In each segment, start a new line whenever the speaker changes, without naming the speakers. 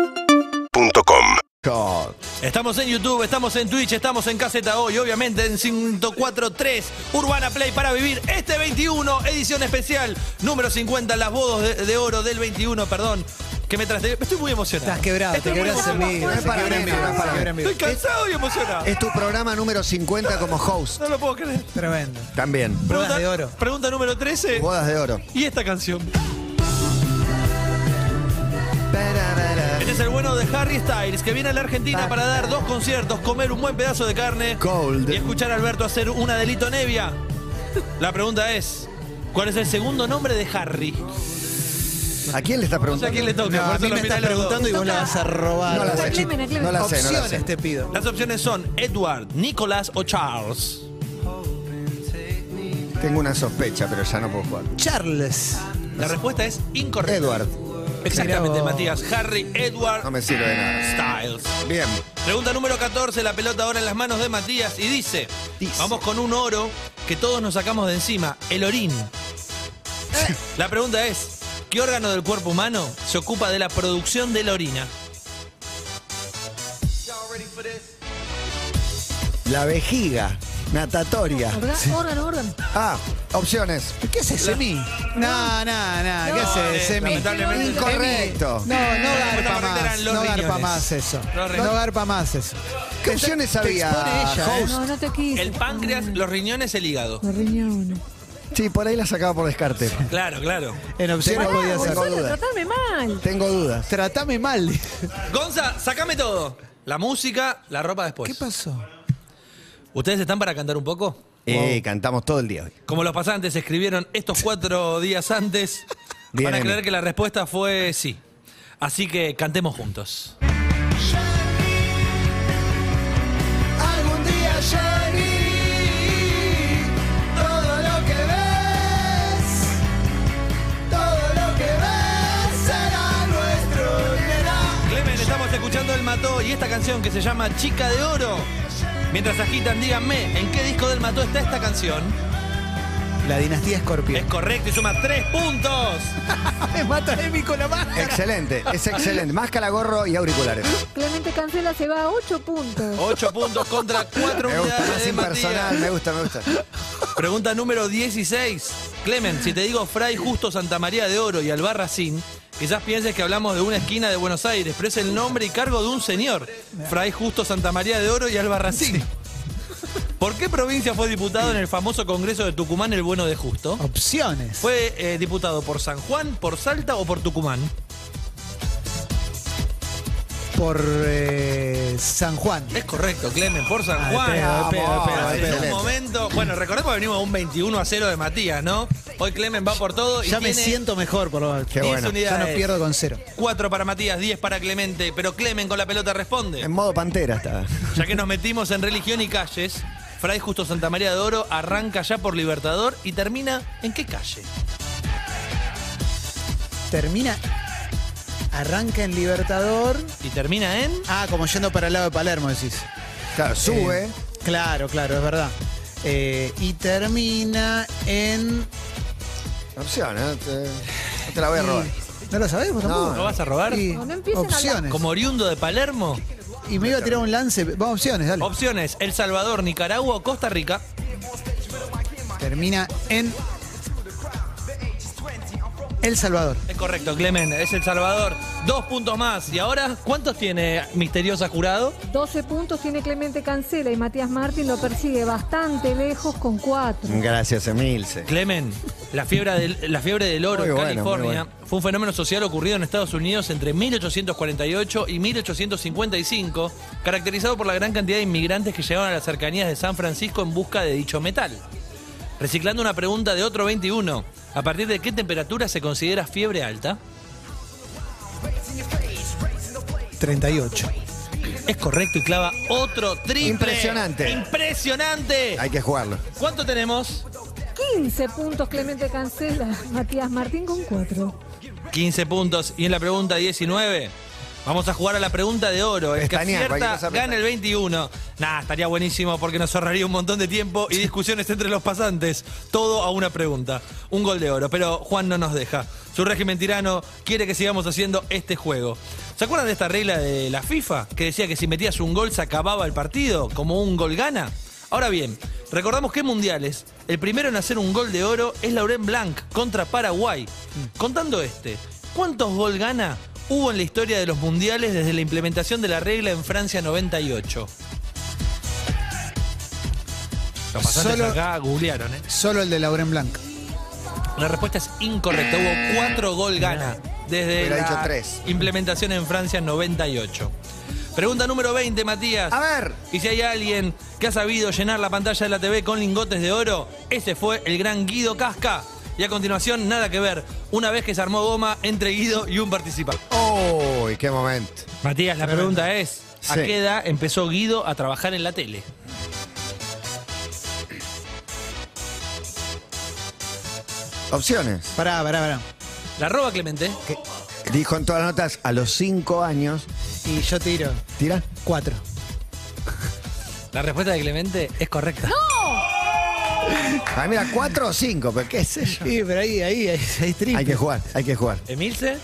UrbanaPlayFM.com
Estamos en YouTube, estamos en Twitch, estamos en Caseta Hoy, obviamente en 104.3 Urbana Play para vivir este 21, edición especial, número 50, las bodas de, de oro del 21, perdón, que me traste. Estoy muy emocionado.
Estás quebrado,
Estoy
te
muy
quebras en
emocionado.
mí. No es para mí, no es para mí.
Estoy cansado y emocionado.
Es tu programa número 50 como host.
No lo puedo creer.
Tremendo.
También.
Bodas
Pregunta,
de oro.
pregunta número 13.
Bodas de oro.
¿Y esta canción? Este es el bueno de Harry Styles, que viene a la
Ah.
Argentina para dar dos conciertos, comer un buen pedazo de carne
Cold.
y escuchar a Alberto hacer una delito nevia. La pregunta es, ¿cuál es el segundo nombre de Harry?
¿A quién le estás
No sé a
preguntando?
quién le toca,
No,
por
a
eso
mí
lo
me
miré
estás
los dos.
preguntando y vos la vas a robar.
No la sé,
Clemen,
chico.
a Clemen.
No la sé, no la sé.
Opciones te pido.
Las opciones son Edward, Nicolás o Charles.
Tengo una sospecha, pero ya no puedo jugar.
Charles.
La respuesta es incorrecta.
Edward,
Exactamente,
Mirá vos.
Matías. Harry Edward
no me sirve de nada.
Styles.
Bien.
Pregunta número 14, la pelota ahora en las manos de Matías y dice,
Dice.
vamos con un oro que todos nos sacamos de encima, el orín. La pregunta es, ¿qué órgano del cuerpo humano se ocupa de la producción de la orina?
La vejiga natatoria.
¿Verdad? Órgano, órgano.
Ah, opciones.
¿Qué haces, Semi? No, no, no. ¿Qué
No, este,
haces,
eh,
Semi?
lamentablemente-
Semi,
Incorrecto.
No, no
La respuesta
garpa
correcta
más.
eran los
No garpa
riñones.
más eso.
Los riñones.
No garpa más eso.
¿Qué opciones
te
había?
expone ella, ¿eh?
Ah, host?
No, no te quise.
El páncreas, los riñones, el hígado.
Los riñones.
Sí, por ahí la sacaba por descarte.
Claro, claro.
En opciones
Pará,
podía
vos
ser.
sos-
Gonzalo,
duda.
tratame mal.
Tengo dudas.
Tratame mal.
Gonza, sacame todo. La música, la ropa después.
¿Qué pasó?
¿Ustedes están para cantar un poco?
Eh, cantamos todo el día hoy.
Como los pasantes escribieron estos cuatro días antes,
Bien,
van a
Emi.
creer que la respuesta fue sí. Así que cantemos juntos.
Algún día yo vi todo lo que ves, todo lo que ves será nuestro nena.
Clemen, estamos escuchando El Mató y esta canción que se llama Chica de Oro. Mientras agitan, díganme, ¿en qué disco del Mató está esta canción?
La dinastía
Es
escorpión.
correcto y suma tres puntos.
Me mata Emi con la mano.
Excelente, es excelente. Máscara, gorro y auriculares.
Clemente Cancela se va a 8 puntos.
Ocho puntos contra cuatro
Me gusta,
unidades
más
de Matías.
impersonal. Me gusta, me gusta.
Pregunta número 16. Clemen, si te digo Fray Justo Santa María de Oro y Albarracín, quizás pienses que hablamos de una esquina de Buenos Aires, pero es el nombre y cargo de un señor. Fray Justo Santa María de Oro y Albarracín. ¿Por qué provincia fue diputado en el famoso Congreso de Tucumán el bueno de Justo?
Opciones.
¿Fue eh, diputado por San Juan, por Salta o por Tucumán?
Por eh, San Juan.
Es correcto, Clemen, por San Juan.
de pedo, de pedo,
Hace
de pedo.
un
Excelente.
momento. Bueno, recordemos que venimos a un 21 a 0 de Matías, ¿no? Hoy Clemen va por todo y
Ya me
tiene
siento mejor por lo menos.
Qué
10
bueno.
Ya no
unidades.
pierdo con cero.
4 para Matías, 10 para Clemente, pero Clemen con la pelota
En
responde.
modo pantera estaba.
Ya que nos metimos en religión y calles, Fray Justo Santa María de Oro arranca ya por Libertador y termina en qué calle?
Termina. Arranca en Libertador.
Y termina en
Ah, como yendo para el lado de Palermo, decís.
Claro, sube.
Eh, claro, claro, es verdad. Eh, y termina en.
Opción, ¿eh? Te- no te la voy a robar.
¿No lo sabés vos tampoco?
¿Lo vas a robar?
Y
No, no empiecen a hablar.
opciones.
como oriundo de Palermo.
Y me iba a tirar un lance. Vamos, opciones, dale.
Opciones: El Salvador, Nicaragua o Costa Rica.
Termina en. El Salvador.
Es correcto, Clemen, es El Salvador. Dos puntos más. ¿Y ahora cuántos tiene Misteriosa Jurado?
12 puntos tiene Clemente Cancela y Matías Martín lo persigue bastante lejos con 4.
Gracias, Emilce.
Clemen, la fiebre del, la fiebre del oro
Muy
en
bueno,
California
muy bueno.
fue un fenómeno social ocurrido en Estados Unidos entre 1848 y 1855, caracterizado por la gran cantidad de inmigrantes que llegaban a las cercanías de San Francisco en busca de dicho metal. Reciclando una pregunta de otro 21, ¿a partir de qué temperatura se considera fiebre alta?
38.
Es correcto y clava otro triple.
Impresionante.
Impresionante.
Hay que jugarlo.
¿Cuánto tenemos?
15 puntos Clemente Cancela, Matías Martín con 4.
15 puntos. Y en la pregunta 19, vamos a jugar a la pregunta de oro. El que
Pestañear, cualquier
acierta
cosa
gana el 21. Nah, estaría buenísimo porque nos ahorraría un montón de tiempo y discusiones entre los pasantes. Todo a una pregunta. Un gol de oro. Pero Juan no nos deja. Su régimen tirano quiere que sigamos haciendo este juego. ¿Se acuerdan de esta regla de la FIFA que decía que si metías un gol se acababa el partido, como un gol gana? Ahora bien, recordamos que en Mundiales, el primero en hacer un gol de oro es Laurent Blanc contra Paraguay. Contando este, ¿cuántos gol gana hubo en la historia de los Mundiales desde la implementación de la regla en Francia 98? Los pasantes
Solo-
acá googlearon, ¿eh?
Solo el de Lauren Blanc.
La respuesta es incorrecta. Hubo cuatro gol gana desde
Hubiera
la
dicho tres.
implementación en Francia en 98. Pregunta número 20, Matías.
A ver.
Y si hay alguien que ha sabido llenar la pantalla de la TV con lingotes de oro, ese fue el gran Guido Casca. Y a continuación, nada que ver. Una vez que se armó goma entre Guido y un participante.
¡Uy, qué momento!
Matías, la pregunta es, ¿a
Sí.
qué edad empezó Guido a trabajar en la tele?
Opciones.
Pará, pará, pará.
La roba Clemente.
Dijo en todas las notas a los cinco años.
Y yo tiro
Tira.
cuatro.
La respuesta de Clemente es correcta.
Ah, mira, cuatro o cinco, pero qué sé yo.
Sí, pero ahí, ahí, ahí, ahí triple.
Hay que jugar, hay que jugar.
Emilce.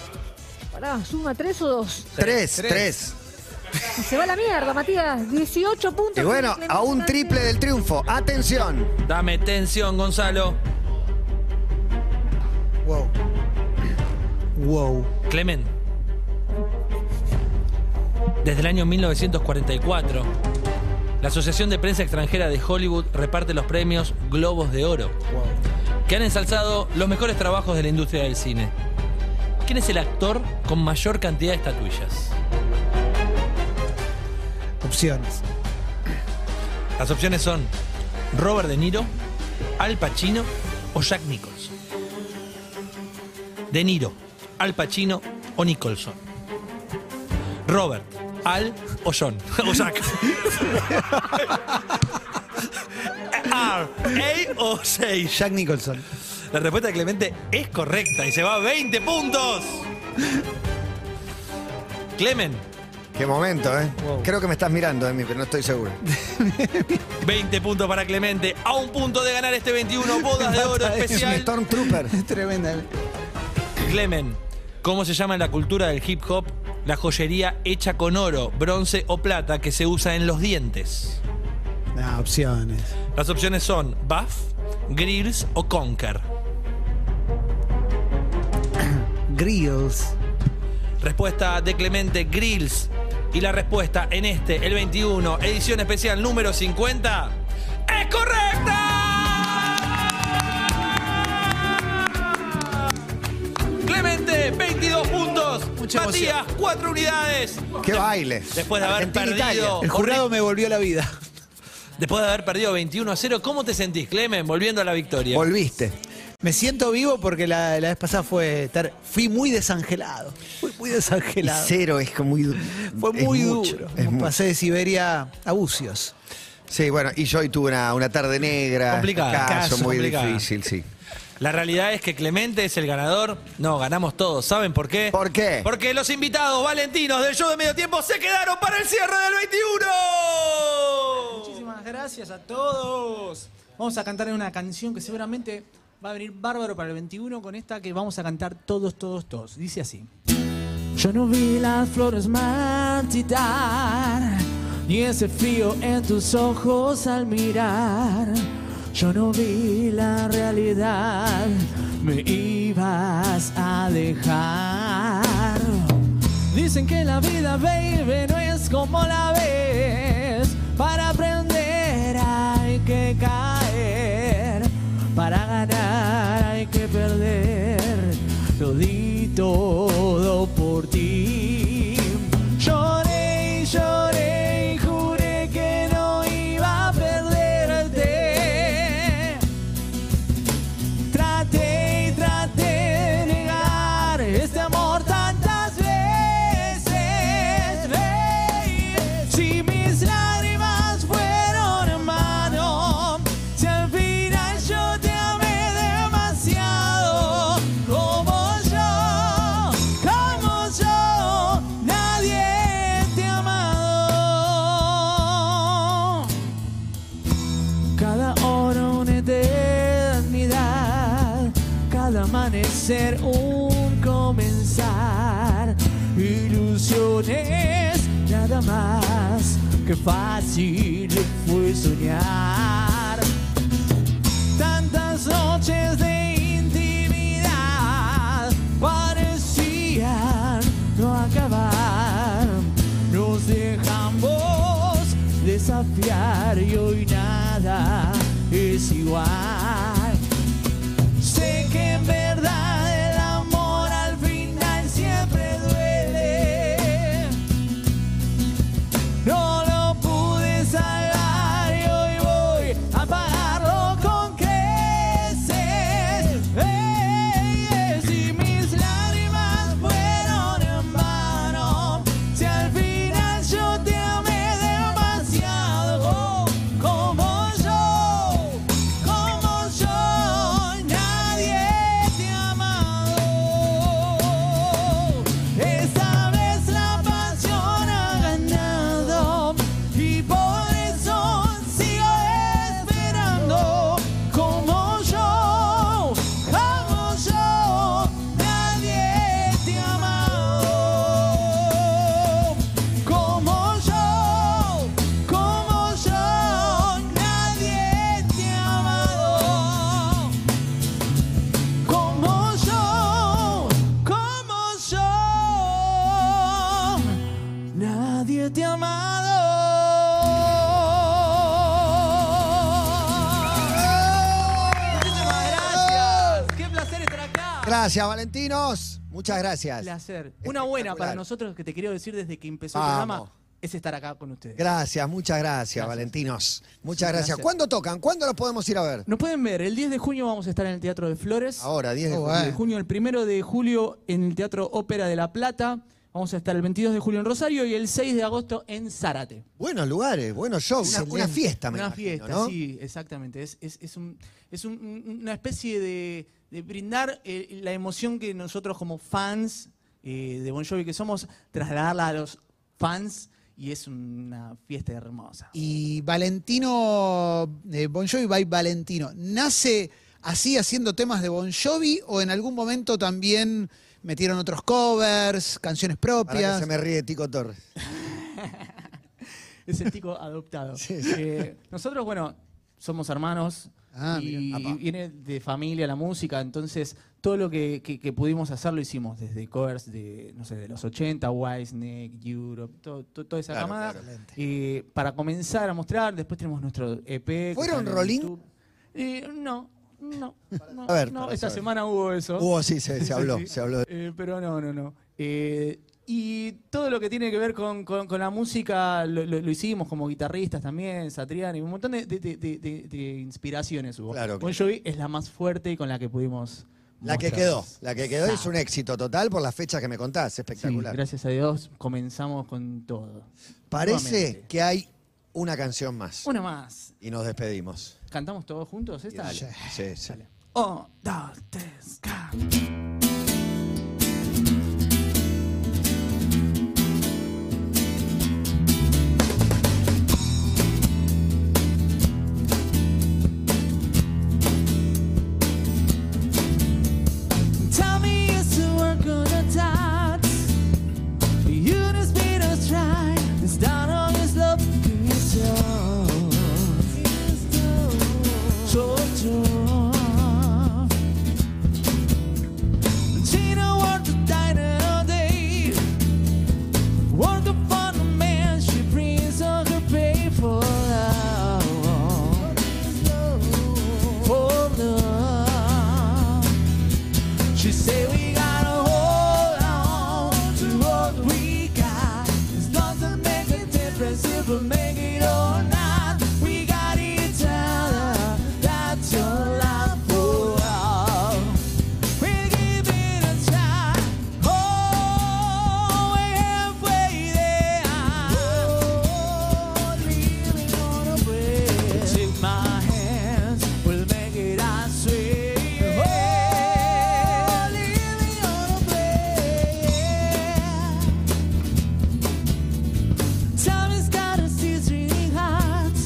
Pará, suma tres o dos.
Tres, tres.
Se va a la mierda, Matías. 18 puntos.
Y bueno,
tiene Clemente
a un
Cancela.
triple del triunfo. Atención.
Dame tensión, Gonzalo.
Wow. Wow.
Clemen. Desde el año 1944, la Asociación de Prensa Extranjera de Hollywood reparte los premios Globos de Oro,
Wow.
que han ensalzado los mejores trabajos de la industria del cine. ¿Quién es el actor con mayor cantidad de estatuillas?
Opciones.
Las opciones son Robert De Niro, Al Pacino o Jack Nicholson. De Niro, Al Pacino o Nicholson. Robert, Al o John. O Jack. R, A E o 6.
Jack Nicholson.
La respuesta de Clemente es correcta y se va a 20 puntos. Clemen,
Qué momento, ¿eh? Creo que me estás mirando, Emi, pero no estoy seguro.
20 puntos para Clemente, a un punto de ganar este 21 bodas de oro
Es un
Es un
especial.
Stormtrooper.
Tremenda. ¿eh?
Clemen, ¿cómo se llama en la cultura del hip hop la joyería hecha con oro, bronce o plata que se usa en los dientes?
Nah, opciones.
Las opciones son Buff, Grills o Conker.
Grills.
Respuesta de Clemente Grills. Y la respuesta en este, el 21, edición especial número 50, es correcta. Clemente, 22 puntos.
Mucha emoción.
Matías, 4 unidades.
Qué baile.
Después de haber
Argentina-Italia.
perdido
El jurado me volvió la vida.
Después de haber perdido 21 a 0, ¿cómo te sentís, Clemen, volviendo a la victoria?
Volviste.
Me siento vivo porque la, la vez pasada fue. ter- fui muy desangelado. Fui muy
Y
desangelado.
cero es como muy du-
Fue
es
muy
mucho,
duro.
es mucho.
Pasé de Siberia a Bucios.
Sí, bueno, y yo hoy tuve una, una tarde negra.
Complicada.
Caso,
Caso
muy
complicada.
difícil, sí.
La realidad es que Clemente es el ganador. No, ganamos todos. ¿Saben por qué?
¿Por qué?
Porque los invitados valentinos del show de medio tiempo se quedaron para el cierre del 21.
Muchísimas gracias a todos. Vamos a cantar una canción que seguramente va a venir bárbaro para el 21 con esta que vamos a cantar todos, todos, todos. Dice así. Yo no vi las flores marchitar, ni ese frío en tus ojos al mirar. Yo no vi la realidad, me ibas a dejar. Dicen que la vida, baby, no es como la ves. Para aprender hay que caer, para ganar hay que perder lo di todo por ti. Lloré, y lloré, y juré que no iba a perderte. Traté y traté de negar este amor tantas veces. Hey, si mis lágrimas fueron en mano, si al final yo te amé demasiado, como yo, como yo, nadie te ha amado. Cada hora una eternidad, cada amanecer un razones, nada más que fácil fue soñar. Tantas noches de intimidad parecían no acabar. Nos dejamos desafiar y hoy nada es igual. Sé que en verdad el amor al final siempre duele. No lo pude salvar y hoy voy a pagarlo con creces. Ey, si mis lágrimas fueron en vano, si al final yo te amé demasiado, como yo, como yo, nadie te ha amado. Esta vez la pasión ha ganado y por eso sigo esperando. Como yo, como yo, nadie te ha amado. Como yo, como yo, nadie te ha amado. Como yo, como yo, nadie te ha amado. Muchísimas gracias. Qué placer estar acá.
Gracias, Valentinos. Muchas gracias.
placer. Una buena para
Espectacular.
nosotros que te quiero decir desde que empezó el
Vamos.
programa es estar acá con ustedes.
Gracias, muchas gracias, Valentinos. Muchas gracias.
Sí, gracias.
¿Cuándo tocan? ¿Cuándo los podemos ir a ver?
Nos pueden ver, el 10 de junio vamos a estar en el Teatro de Flores.
Ahora, 10 de
Oh,
junio.
de junio, el primero de julio en el Teatro Ópera de La Plata. Vamos a estar el 22 de julio en Rosario y el 6 de agosto en Zárate.
Buenos lugares, buenos shows. Una, una
Excelente.
fiesta, me
Una
imagino,
fiesta,
¿no?
sí, exactamente. Es, es- es un- es un- un- una especie de, de brindar eh, la emoción que nosotros como fans eh, de Bon Jovi que somos, trasladarla a los fans y es una fiesta hermosa.
Y Valentino, eh, Bon Jovi by Valentino, ¿nace así haciendo temas de Bon Jovi o en algún momento también metieron otros covers, canciones
Para que
propias?
se me ríe Tico Torres.
Es el tico adoptado.
Sí, sí.
Eh, nosotros, bueno, somos hermanos
Ah,
y,
mirá,
y
apa.
viene de familia la música, entonces todo lo que, que- que pudimos hacer lo hicimos desde covers de, no sé, de los 80, Whitesnake, Europe, todo- todo- toda esa
Claro,
camada.
claro.
Eh, para comenzar a mostrar, después tenemos nuestro EP. que
¿Fueron
está en
Rolling?
YouTube. Eh, no, no, no,
A ver,
no,
para
esta
saber.
semana hubo eso.
Hubo, sí, se, se habló,
Sí.
se habló. de-
Eh, pero no, no, no. Eh, y todo lo que tiene que ver con, con- con la música lo, lo- lo hicimos como guitarristas también, Satriani, un montón de, de- de- de- de- de inspiraciones hubo.
Claro,
Bon Jovi es la más fuerte y con la que pudimos.
La que
mostrar.
quedó, la que quedó es
Exacto.
un éxito total por las fechas que me contás,
Sí,
espectacular.
gracias a Dios comenzamos con todo.
Parece
Nuevamente.
que hay una canción más
Una más.
y nos despedimos.
¿Cantamos todos juntos esta?
Sí, sí, sí.
Dale. Un, dos, tres, ca- Tommy used to work on the docks. Eunice Peters tried to start on his love yourself. So tough. Gina worked the diner all day. Work upon the man, she brings all her pay for love. For love. She said we gotta hold on to what we got. It doesn't make a difference if we make it or not. We got each other. That's all I for. We'll give it a try. Oh, we're halfway there. Living on a prayer. Take my hands, we'll make it. I swear. Oh, living on a prayer. Tommy's got a seasoning hot.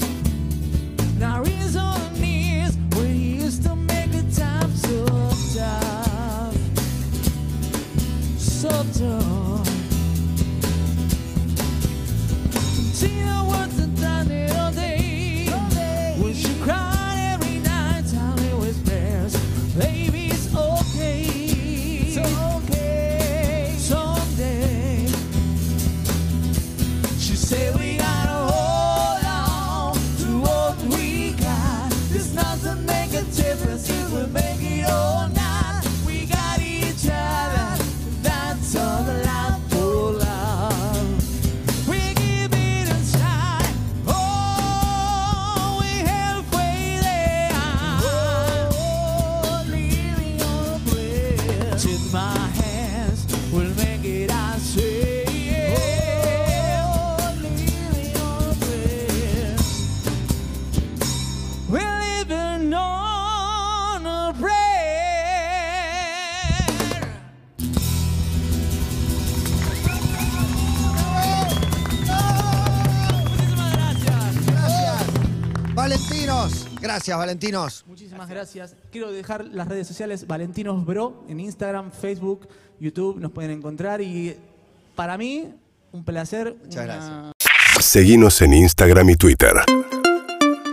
Now he's on knees when he used to make the time so tough. So tough.
Oh, Valentinos.
Gracias, Valentinos.
Muchísimas gracias. Quiero dejar las redes sociales Valentinos Bro en Instagram, Facebook, YouTube, nos pueden encontrar y para mí un placer.
Muchas gracias.
Seguinos en Instagram y Twitter.